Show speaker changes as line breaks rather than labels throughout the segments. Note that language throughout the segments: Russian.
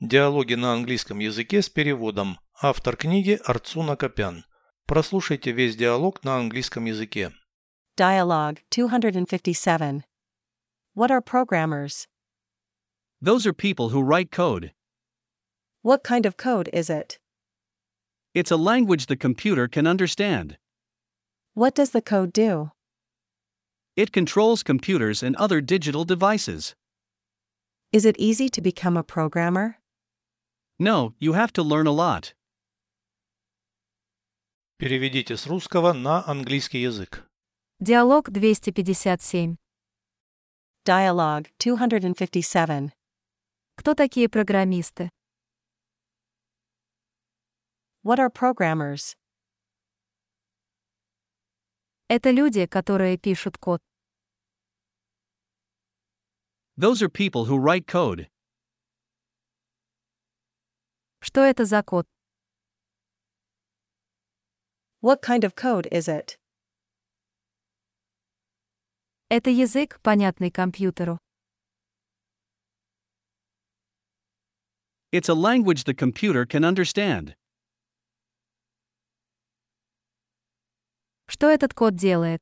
Диалоги на английском языке с переводом. Автор книги Арцуна Копян. Прослушайте весь диалог на английском языке.
Dialogue 257. What are programmers?
Those are people who write code.
What kind of code is it?
It's a language the computer can understand.
What does the code do?
It controls computers and other digital devices.
Is it easy to become a programmer?
No, you have to learn a lot.
Переведите с русского на английский язык.
Диалог 257.
Dialogue 257.
Кто такие программисты?
What are programmers?
Это люди, которые пишут код.
Those are people who write code.
Что это за код?
What kind of code is it?
Это язык, понятный компьютеру.
It's a language the computer can understand.
Что этот код делает?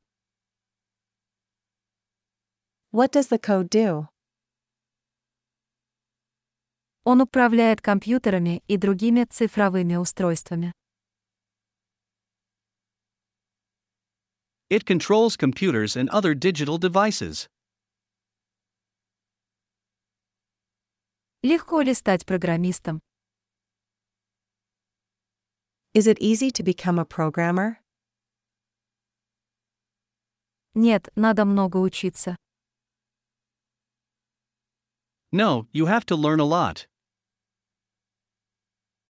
What does the code do?
Он управляет компьютерами и другими цифровыми устройствами.
It controls computers and other digital devices.
Легко ли стать программистом?
Is it easy to become a programmer?
Нет, надо много учиться.
No, you have to learn a lot.